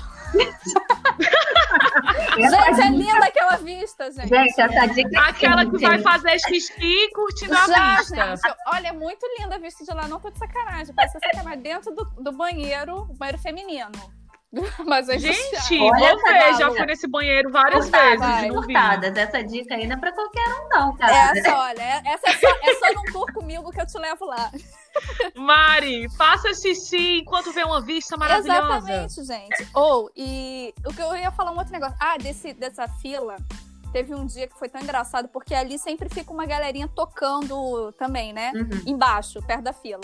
Speaker 2: Gente, é linda aquela vista, gente.
Speaker 1: Ah, Gente, essa dica. é
Speaker 3: Aquela que vai
Speaker 1: incrível.
Speaker 3: fazer xixi curtindo a
Speaker 2: Já,
Speaker 3: vista.
Speaker 2: gente. Olha, é muito linda a vista de lá. Não tô de sacanagem. Parece sacanagem. Dentro do, do banheiro, o banheiro feminino. Mas é
Speaker 3: Gente,
Speaker 2: social.
Speaker 1: Olha
Speaker 3: vou
Speaker 1: essa
Speaker 3: ver, já
Speaker 1: galera.
Speaker 3: fui nesse banheiro várias
Speaker 1: Cortada,
Speaker 3: vezes,
Speaker 2: vai,
Speaker 3: não vi.
Speaker 1: Cortadas. Essa dica aí não é pra qualquer um, não, cara.
Speaker 2: Essa, olha, é- essa é só, é só não por comigo que eu te levo lá.
Speaker 3: Mari, faça xixi enquanto vê uma vista maravilhosa.
Speaker 2: Exatamente, gente. Ou, e o que eu ia falar um outro negócio. Ah, desse, dessa fila, teve um dia que foi tão engraçado, porque ali sempre fica uma galerinha tocando também, né?
Speaker 1: Uhum.
Speaker 2: Embaixo, perto da fila.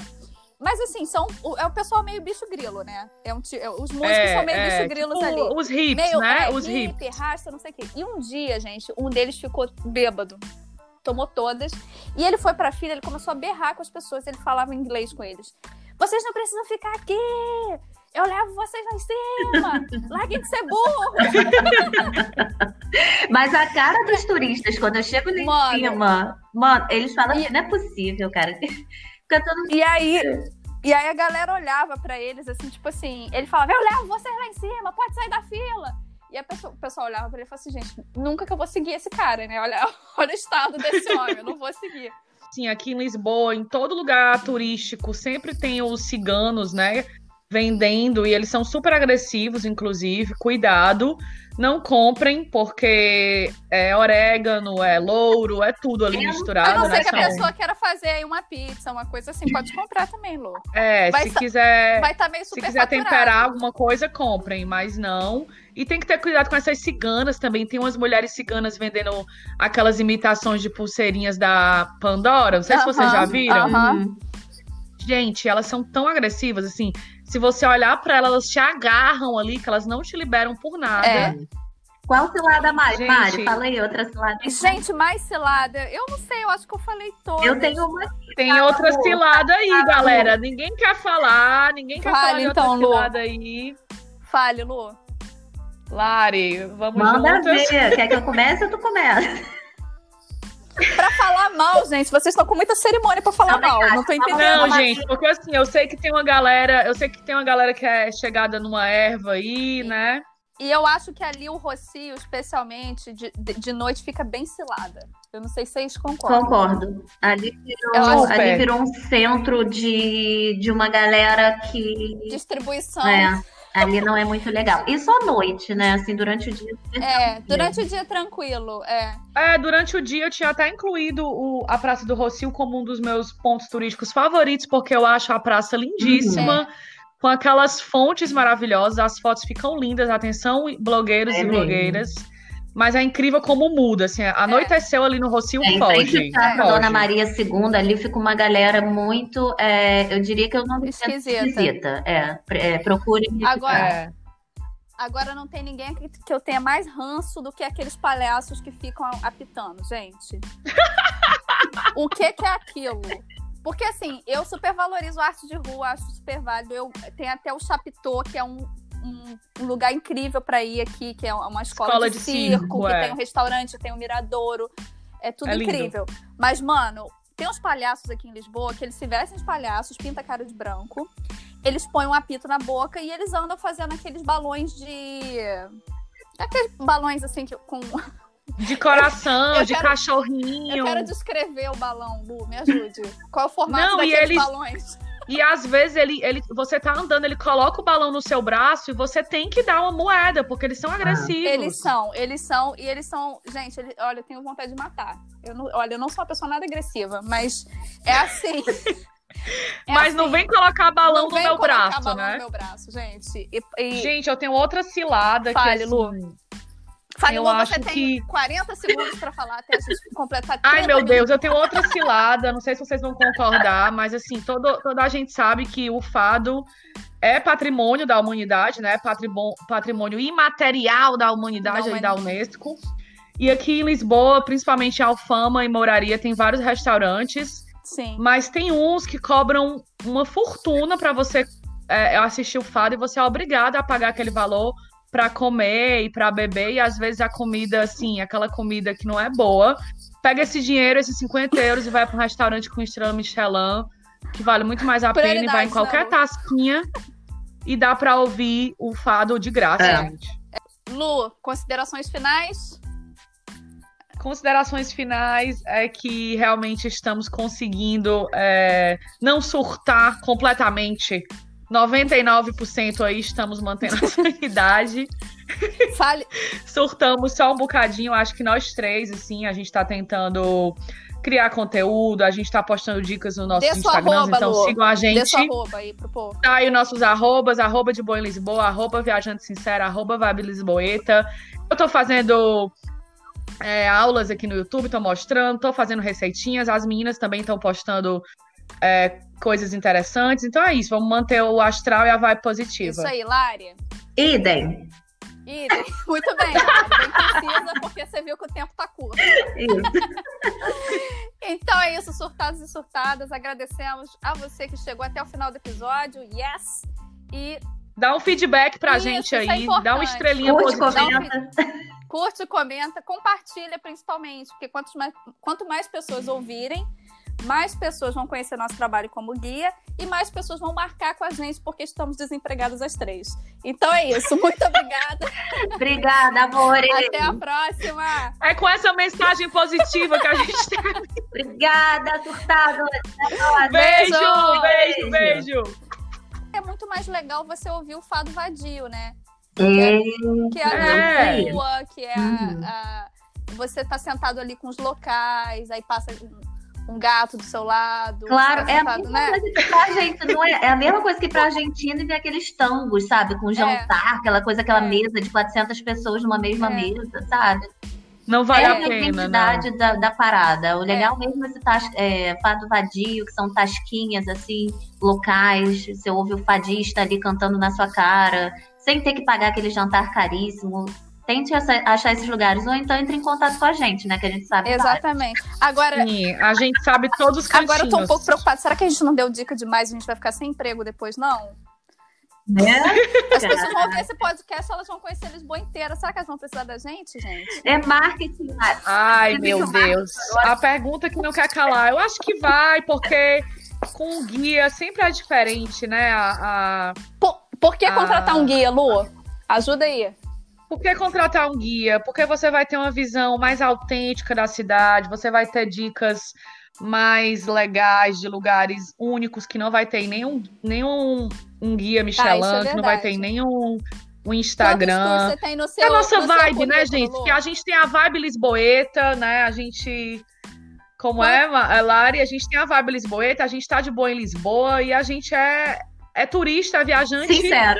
Speaker 2: Mas assim, são, o- é o pessoal meio bicho grilo, né? É um, ti- é- os músicos
Speaker 3: É,
Speaker 2: são meio
Speaker 3: é,
Speaker 2: bicho grilos
Speaker 3: tipo,
Speaker 2: ali.
Speaker 3: Os hips,
Speaker 2: meio,
Speaker 3: né?
Speaker 2: é,
Speaker 3: os hips.
Speaker 2: hippie, rasta, não sei o quê. E um dia, gente, um deles ficou bêbado. Tomou todas. E ele foi pra fila, ele começou a berrar com as pessoas, ele falava inglês com eles. Vocês não precisam ficar aqui! Eu levo vocês lá em cima! Larguem de ser burro!
Speaker 1: Mas a cara dos turistas, quando eu chego lá
Speaker 2: É. Mano.
Speaker 1: em cima, mano, eles falam assim: não é possível, cara. Fica todo
Speaker 2: E aí, e aí a galera olhava pra eles, assim, tipo assim, ele falava, eu levo vocês lá em cima, pode sair da fila. E a pessoa, o pessoal olhava pra ele e falava assim, gente, nunca que eu vou seguir esse cara, né? Olha, olha o estado desse homem, eu não vou seguir.
Speaker 3: Assim, aqui em Lisboa, em todo lugar turístico, sempre tem os ciganos, né? Vendendo, e eles são super agressivos, inclusive. Cuidado, não comprem, porque é orégano, é louro, é tudo ali
Speaker 1: Eu-
Speaker 2: A
Speaker 3: misturado,
Speaker 2: não
Speaker 3: né?
Speaker 2: ser que é assim, a
Speaker 3: São-
Speaker 2: pessoa queira fazer aí uma pizza, uma coisa assim, pode comprar também, Lu.
Speaker 3: É,
Speaker 2: vai
Speaker 3: se
Speaker 2: sa-
Speaker 3: quiser.
Speaker 2: Vai estar meio
Speaker 3: Se
Speaker 2: super
Speaker 3: quiser temperar alguma coisa, comprem, mas não. E tem que ter cuidado com essas ciganas também. Tem umas mulheres ciganas vendendo aquelas imitações de pulseirinhas da Pandora. Não sei se vocês já
Speaker 2: Aham, Ah.
Speaker 3: viram.
Speaker 2: aham.
Speaker 1: Uhum.
Speaker 3: Gente, elas são tão agressivas assim. Se você olhar pra elas, elas te agarram ali, que elas não te liberam por nada.
Speaker 2: É.
Speaker 1: Qual cilada mais,
Speaker 3: Gente.
Speaker 1: Mari? Fala aí, outra cilada.
Speaker 2: Gente, mais cilada, eu não sei, eu acho que eu falei todas.
Speaker 1: Eu tenho uma
Speaker 3: Tem
Speaker 2: Tá
Speaker 3: outra cilada aí, galera. Ninguém quer falar, ninguém quer
Speaker 2: Fala,
Speaker 3: falar de outra
Speaker 2: então, Lu.
Speaker 3: cilada aí.
Speaker 2: Fale, Lu.
Speaker 3: Lari, vamos
Speaker 1: Manda
Speaker 3: juntas.
Speaker 1: ver. Quer que eu comece ou tu começa?
Speaker 2: Pra pra falar mal, gente. Vocês estão com muita cerimônia pra falar
Speaker 1: Não,
Speaker 2: mal.
Speaker 1: verdade.
Speaker 2: Não tô entendendo.
Speaker 3: Não,
Speaker 1: Mas-
Speaker 3: gente, porque assim, eu sei que tem uma galera, eu sei que tem uma galera que é chegada numa erva aí, né?
Speaker 2: E eu acho que ali o Rocio, especialmente, de, de- de noite fica bem cilada. Eu não sei se vocês concordam.
Speaker 1: Concordo. Ali
Speaker 2: Eu
Speaker 1: virou,
Speaker 2: acho-
Speaker 1: ali virou um centro de, de uma galera que.
Speaker 2: Distribuição. É,
Speaker 1: né, ali não é muito legal. Isso à noite, né? Assim, durante o dia.
Speaker 2: é, durante o dia tranquilo. É.
Speaker 3: É, durante o dia eu tinha até incluído o- a Praça do Rocio como um dos meus pontos turísticos favoritos, porque eu acho a praça
Speaker 1: Uhum.
Speaker 3: lindíssima, com aquelas fontes maravilhosas, as fotos ficam lindas, atenção, blogueiros
Speaker 1: É
Speaker 3: e
Speaker 1: mesmo.
Speaker 3: blogueiras. Mas é incrível como muda, assim, anoiteceu ali no Rocio,
Speaker 1: É, em
Speaker 3: foge,
Speaker 1: frente à Praça
Speaker 3: foge.
Speaker 1: Dona Maria II, ali fica uma galera muito. é, eu diria que eu não
Speaker 2: Esquisita.
Speaker 1: esquisita. É, pre- é, procure.
Speaker 2: Agora-
Speaker 3: É.
Speaker 2: Agora não tem ninguém que, que eu tenha mais ranço do que aqueles palhaços que ficam apitando, gente. o que, que é aquilo? Porque assim, eu supervalorizo a arte de rua, acho super válido. Eu tenho até o Chapitô, que é um, um- um lugar incrível pra ir aqui, que é uma escola,
Speaker 3: Escola
Speaker 2: de,
Speaker 3: de
Speaker 2: circo,
Speaker 3: circo,
Speaker 2: que
Speaker 3: é.
Speaker 2: tem um restaurante, tem um miradouro. É tudo
Speaker 3: É lindo.
Speaker 2: incrível. Mas, mano, tem uns palhaços aqui em Lisboa que eles se vestem de palhaços, pinta a cara de branco, eles põem um apito na boca e eles andam fazendo aqueles balões de. Aqueles balões assim que com.
Speaker 3: De coração,
Speaker 2: Eu
Speaker 3: de
Speaker 2: quero-
Speaker 3: cachorrinho.
Speaker 2: Eu quero descrever o balão, Lu, me ajude. Qual é o formato
Speaker 3: Não, e
Speaker 2: daqueles
Speaker 3: eles-
Speaker 2: balões?
Speaker 3: E às vezes ele, ele, você tá andando, ele coloca o balão no seu braço e você tem que dar uma moeda, porque eles são agressivos.
Speaker 2: Eles são, eles são, e eles são. Gente, ele- olha, eu tenho vontade de matar. Eu não, olha, eu não sou uma pessoa nada agressiva, mas é assim. É
Speaker 3: Mas não
Speaker 2: assim.
Speaker 3: vem colocar balão
Speaker 2: Não
Speaker 3: no
Speaker 2: vem
Speaker 3: meu
Speaker 2: colocar
Speaker 3: braço,
Speaker 2: balão
Speaker 3: né?
Speaker 2: no meu braço, gente. E, e-
Speaker 3: Gente, eu tenho outra cilada
Speaker 2: Fale,
Speaker 3: que
Speaker 2: Lu.
Speaker 3: assim,
Speaker 2: Fale,
Speaker 3: eu
Speaker 2: Lu, você
Speaker 3: acho
Speaker 2: tem
Speaker 3: que-
Speaker 2: 40 segundos pra falar até a gente completar
Speaker 3: Ai,
Speaker 2: 30
Speaker 3: meu
Speaker 2: minutos.
Speaker 3: Deus, eu tenho outra cilada, não sei se vocês vão concordar, mas assim, todo, toda a gente sabe que o fado é patrimônio da humanidade, né? Patrimo- patrimônio imaterial da humanidade
Speaker 2: Da
Speaker 3: aí da Unesco. E aqui em Lisboa, principalmente em Alfama e Moraria, tem vários restaurantes.
Speaker 2: Sim.
Speaker 3: Mas tem uns que cobram uma fortuna pra você é, assistir o fado e você é obrigada a pagar aquele valor pra comer e pra beber. E às vezes a comida, assim, aquela comida que não é boa. Pega esse dinheiro, esses 50 euros, e vai pra um restaurante com estrela Michelin, que vale muito mais a pena, e vai em
Speaker 2: Prioridades,
Speaker 3: qualquer
Speaker 2: né, Lu?
Speaker 3: tasquinha e dá pra ouvir o fado de graça,
Speaker 1: É.
Speaker 3: gente.
Speaker 2: Lu, considerações finais?
Speaker 3: Considerações finais é que realmente estamos conseguindo é, não surtar completamente. 99% aí estamos mantendo a sanidade.
Speaker 2: Fale.
Speaker 3: Surtamos só um bocadinho, acho que nós três, assim, a gente está tentando criar conteúdo, a gente está postando dicas no nosso
Speaker 2: Dê sua
Speaker 3: Instagram,
Speaker 2: arroba,
Speaker 3: então
Speaker 2: Lu.
Speaker 3: sigam a gente.
Speaker 2: Dê sua arroba aí pro povo.
Speaker 3: Tá aí os nossos arrobas, arroba de Boa em Lisboa, arroba Viajante Sincera, arroba Vibe Lisboeta. Eu tô fazendo é, aulas aqui no YouTube, tô mostrando, tô fazendo receitinhas, as meninas também estão postando é, coisas interessantes. Então é isso, vamos manter o astral e a vibe positiva.
Speaker 2: Isso aí, Lari.
Speaker 1: Idem.
Speaker 2: Ih, muito bem, Lari. Bem precisa, porque você viu que o tempo tá curto.
Speaker 1: Isso.
Speaker 2: Então é isso, surtados e surtadas. Agradecemos a você que chegou até o final do episódio. Yes! E
Speaker 3: Dá um feedback pra
Speaker 2: Isso,
Speaker 3: gente
Speaker 2: isso é
Speaker 3: aí, dá uma
Speaker 2: importante.
Speaker 3: estrelinha
Speaker 1: Curte,
Speaker 3: positiva.
Speaker 1: comenta.
Speaker 2: curte, comenta, compartilha principalmente, porque quantos mais- quanto mais pessoas ouvirem, mais pessoas vão conhecer nosso trabalho como guia e mais pessoas vão marcar com a gente porque estamos desempregadas as três. Então é isso, muito obrigada.
Speaker 1: Obrigada, amores.
Speaker 2: Até a próxima.
Speaker 3: É com essa mensagem positiva que a gente tem.
Speaker 1: Obrigada, surtado.
Speaker 3: Beijo,
Speaker 1: Beijo.
Speaker 3: beijo, beijo.
Speaker 2: É muito mais legal você ouvir o fado vadio, né? Que é a
Speaker 3: É.
Speaker 2: rua, que é
Speaker 1: Uhum.
Speaker 2: a, a- você tá sentado ali com os locais, aí passa um, um gato do seu lado.
Speaker 1: Claro,
Speaker 2: você tá
Speaker 1: é a
Speaker 2: sentado,
Speaker 1: mesma coisa que pra gente, não é? É a mesma coisa que pra Argentina e tem aqueles tangos, sabe? Com jantar, aquela coisa, aquela
Speaker 2: É.
Speaker 1: mesa de 400 pessoas numa mesma
Speaker 2: É.
Speaker 1: mesa, sabe?
Speaker 3: Não vale
Speaker 1: é
Speaker 3: a pena, não.
Speaker 1: identidade da, da parada. O legal mesmo é esse tas, é, fado vadio, que são tasquinhas, assim, locais. Você ouve o fadista ali cantando na sua cara, sem ter que pagar aquele jantar caríssimo. Tente essa- achar esses lugares, ou então entre em contato com a gente, né? Que a gente sabe.
Speaker 2: Exatamente. Agora,
Speaker 3: Sim, a gente sabe todos os cantinhos.
Speaker 2: um agora eu tô um pouco preocupada. Será que a gente não deu dica demais e a gente vai ficar sem emprego depois, não?
Speaker 1: Né?
Speaker 2: As pessoas vão ver esse podcast, elas vão conhecer Lisboa inteira. Será que elas vão precisar da gente, gente?
Speaker 1: É marketing. Mari.
Speaker 3: Ai,
Speaker 1: Você
Speaker 3: meu
Speaker 1: viu, Marcos?
Speaker 3: Deus. A pergunta que não quer calar. Eu acho que vai, porque com o guia sempre é diferente, né? A, a-
Speaker 2: Por, por que
Speaker 3: Ah.
Speaker 2: contratar um guia, Lu? Ajuda aí.
Speaker 3: Por que contratar um guia? Porque você vai ter uma visão mais autêntica da cidade, você vai ter dicas mais legais de lugares únicos que não vai ter em nenhum, nenhum um guia Michelin,
Speaker 2: Ah, isso é
Speaker 3: que não vai
Speaker 2: verdade.
Speaker 3: ter em nenhum um
Speaker 2: Quantos
Speaker 3: Instagram.
Speaker 2: cursos Então, você tem no
Speaker 3: É
Speaker 2: seu,
Speaker 3: a nossa
Speaker 2: no seu
Speaker 3: vibe, né,
Speaker 2: currículo,
Speaker 3: gente?
Speaker 2: Lu?
Speaker 3: Que a gente tem a vibe lisboeta, né? A gente. Como é, Ma- é, Lari? A gente tem a vibe lisboeta, a gente tá de boa em Lisboa e a gente é, é turista, é viajante
Speaker 1: Sincero.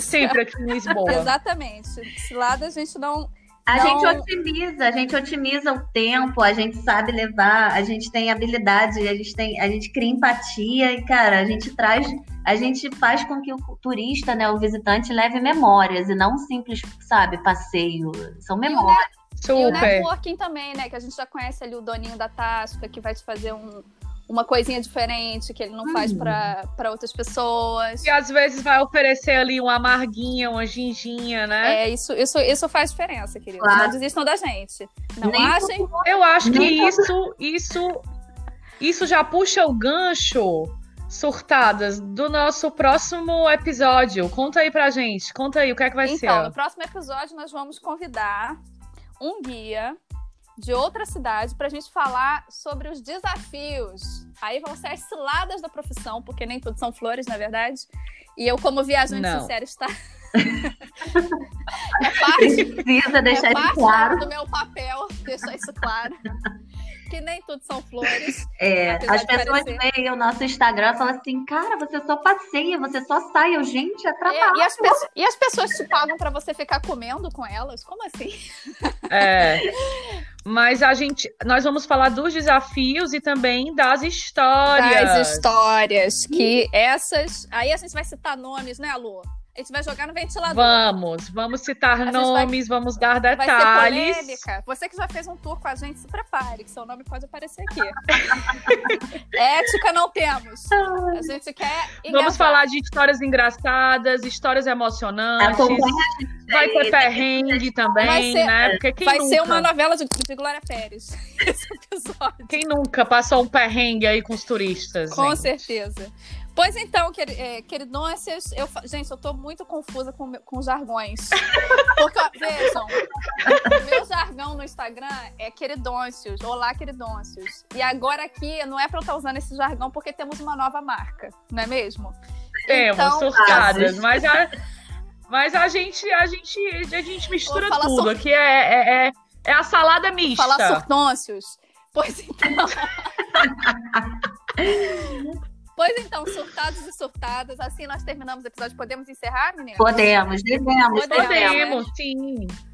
Speaker 3: sempre aqui em Lisboa.
Speaker 2: Exatamente. Cilada a gente não.
Speaker 1: A
Speaker 2: Não-
Speaker 1: gente otimiza, a gente otimiza o tempo, a gente sabe levar, a gente tem habilidade, a gente tem, a gente cria empatia e, cara, a gente traz, a gente faz com que o turista, né, o visitante leve memórias e não um simples, sabe, passeio. São
Speaker 2: E o
Speaker 1: memórias.
Speaker 2: E o
Speaker 3: Super.
Speaker 2: networking também, né? Que a gente já conhece ali o doninho da Tasca, que vai te fazer um- uma coisinha diferente que ele não faz
Speaker 1: Hum.
Speaker 2: pra pra outras pessoas.
Speaker 3: E às vezes vai oferecer ali uma amarguinha, uma ginginha, né?
Speaker 2: É, isso, isso, isso faz diferença, querido.
Speaker 1: Claro.
Speaker 2: Não desistam da gente. Não
Speaker 1: Nem
Speaker 2: achem.
Speaker 3: Eu acho que
Speaker 1: Nem-
Speaker 3: isso, isso, isso já puxa o gancho, surtadas, do nosso próximo episódio. Conta aí pra gente, conta aí o que é que vai ser.
Speaker 2: Então, no próximo episódio, nós vamos convidar um guia de outra cidade pra gente falar sobre os desafios. Aí vão ser as ciladas da profissão, porque nem tudo são flores, na verdade. E eu, como viajante
Speaker 3: Não.
Speaker 2: sincera, está. é parte
Speaker 1: Precisa deixar
Speaker 2: é
Speaker 1: isso
Speaker 2: parte
Speaker 1: claro.
Speaker 2: do meu papel deixar isso claro. que nem tudo são flores.
Speaker 1: É,
Speaker 2: apesar
Speaker 1: as
Speaker 2: de
Speaker 1: pessoas
Speaker 2: parecer.
Speaker 1: veem o nosso Instagram e falam assim, cara, você só passeia, você só sai. Eu, gente, é
Speaker 2: É,
Speaker 1: trabalho.
Speaker 2: e, as pesso- e as pessoas te pagam pra você ficar comendo com elas? Como assim?
Speaker 3: É. Mas a gente, nós vamos falar dos desafios e também das histórias. Hum.
Speaker 2: Das histórias que essas. Aí a gente vai citar nomes, né, Lu? A gente vai jogar no ventilador.
Speaker 3: Vamos, vamos citar
Speaker 2: gente
Speaker 3: nomes, vamos dar
Speaker 2: Vai
Speaker 3: detalhes.
Speaker 2: ser polêmica. Você que já fez um tour com a gente, se prepare, que seu nome pode aparecer aqui. Ética não temos. A gente quer.
Speaker 3: Vamos
Speaker 2: engajar.
Speaker 3: falar de histórias engraçadas, histórias emocionantes.
Speaker 1: Acompanha
Speaker 3: Vai ter
Speaker 1: aí,
Speaker 3: perrengue
Speaker 2: né? Vai
Speaker 3: também,
Speaker 2: ser-
Speaker 3: né? Porque quem
Speaker 2: Vai
Speaker 3: nunca,
Speaker 2: ser uma novela de, de Glória Pérez. Esse episódio.
Speaker 3: quem nunca passou um perrengue aí com os turistas?
Speaker 2: Com
Speaker 3: gente?
Speaker 2: certeza. Pois então, queri- eh, queridôncias, eu, fa- gente, eu tô muito confusa com, o meu- com os jargões. Porque, ó, vejam, o meu jargão no Instagram é queridôncios, olá queridôncios. E agora aqui, não é pra eu estar usando esse jargão porque temos uma nova marca, não é mesmo?
Speaker 3: Temos
Speaker 2: Então,
Speaker 3: É, surtadas,
Speaker 1: casos.
Speaker 3: mas a, mas a gente a gente a gente mistura
Speaker 2: falar
Speaker 3: tudo
Speaker 2: sur-
Speaker 3: aqui é, é, é, é a salada mista.
Speaker 2: Falar surtôncios. Pois então. pois então, surtados e surtadas, assim nós terminamos o episódio. Podemos encerrar, menina?
Speaker 1: Podemos, devemos.
Speaker 2: Podemos.
Speaker 3: Podemos, sim.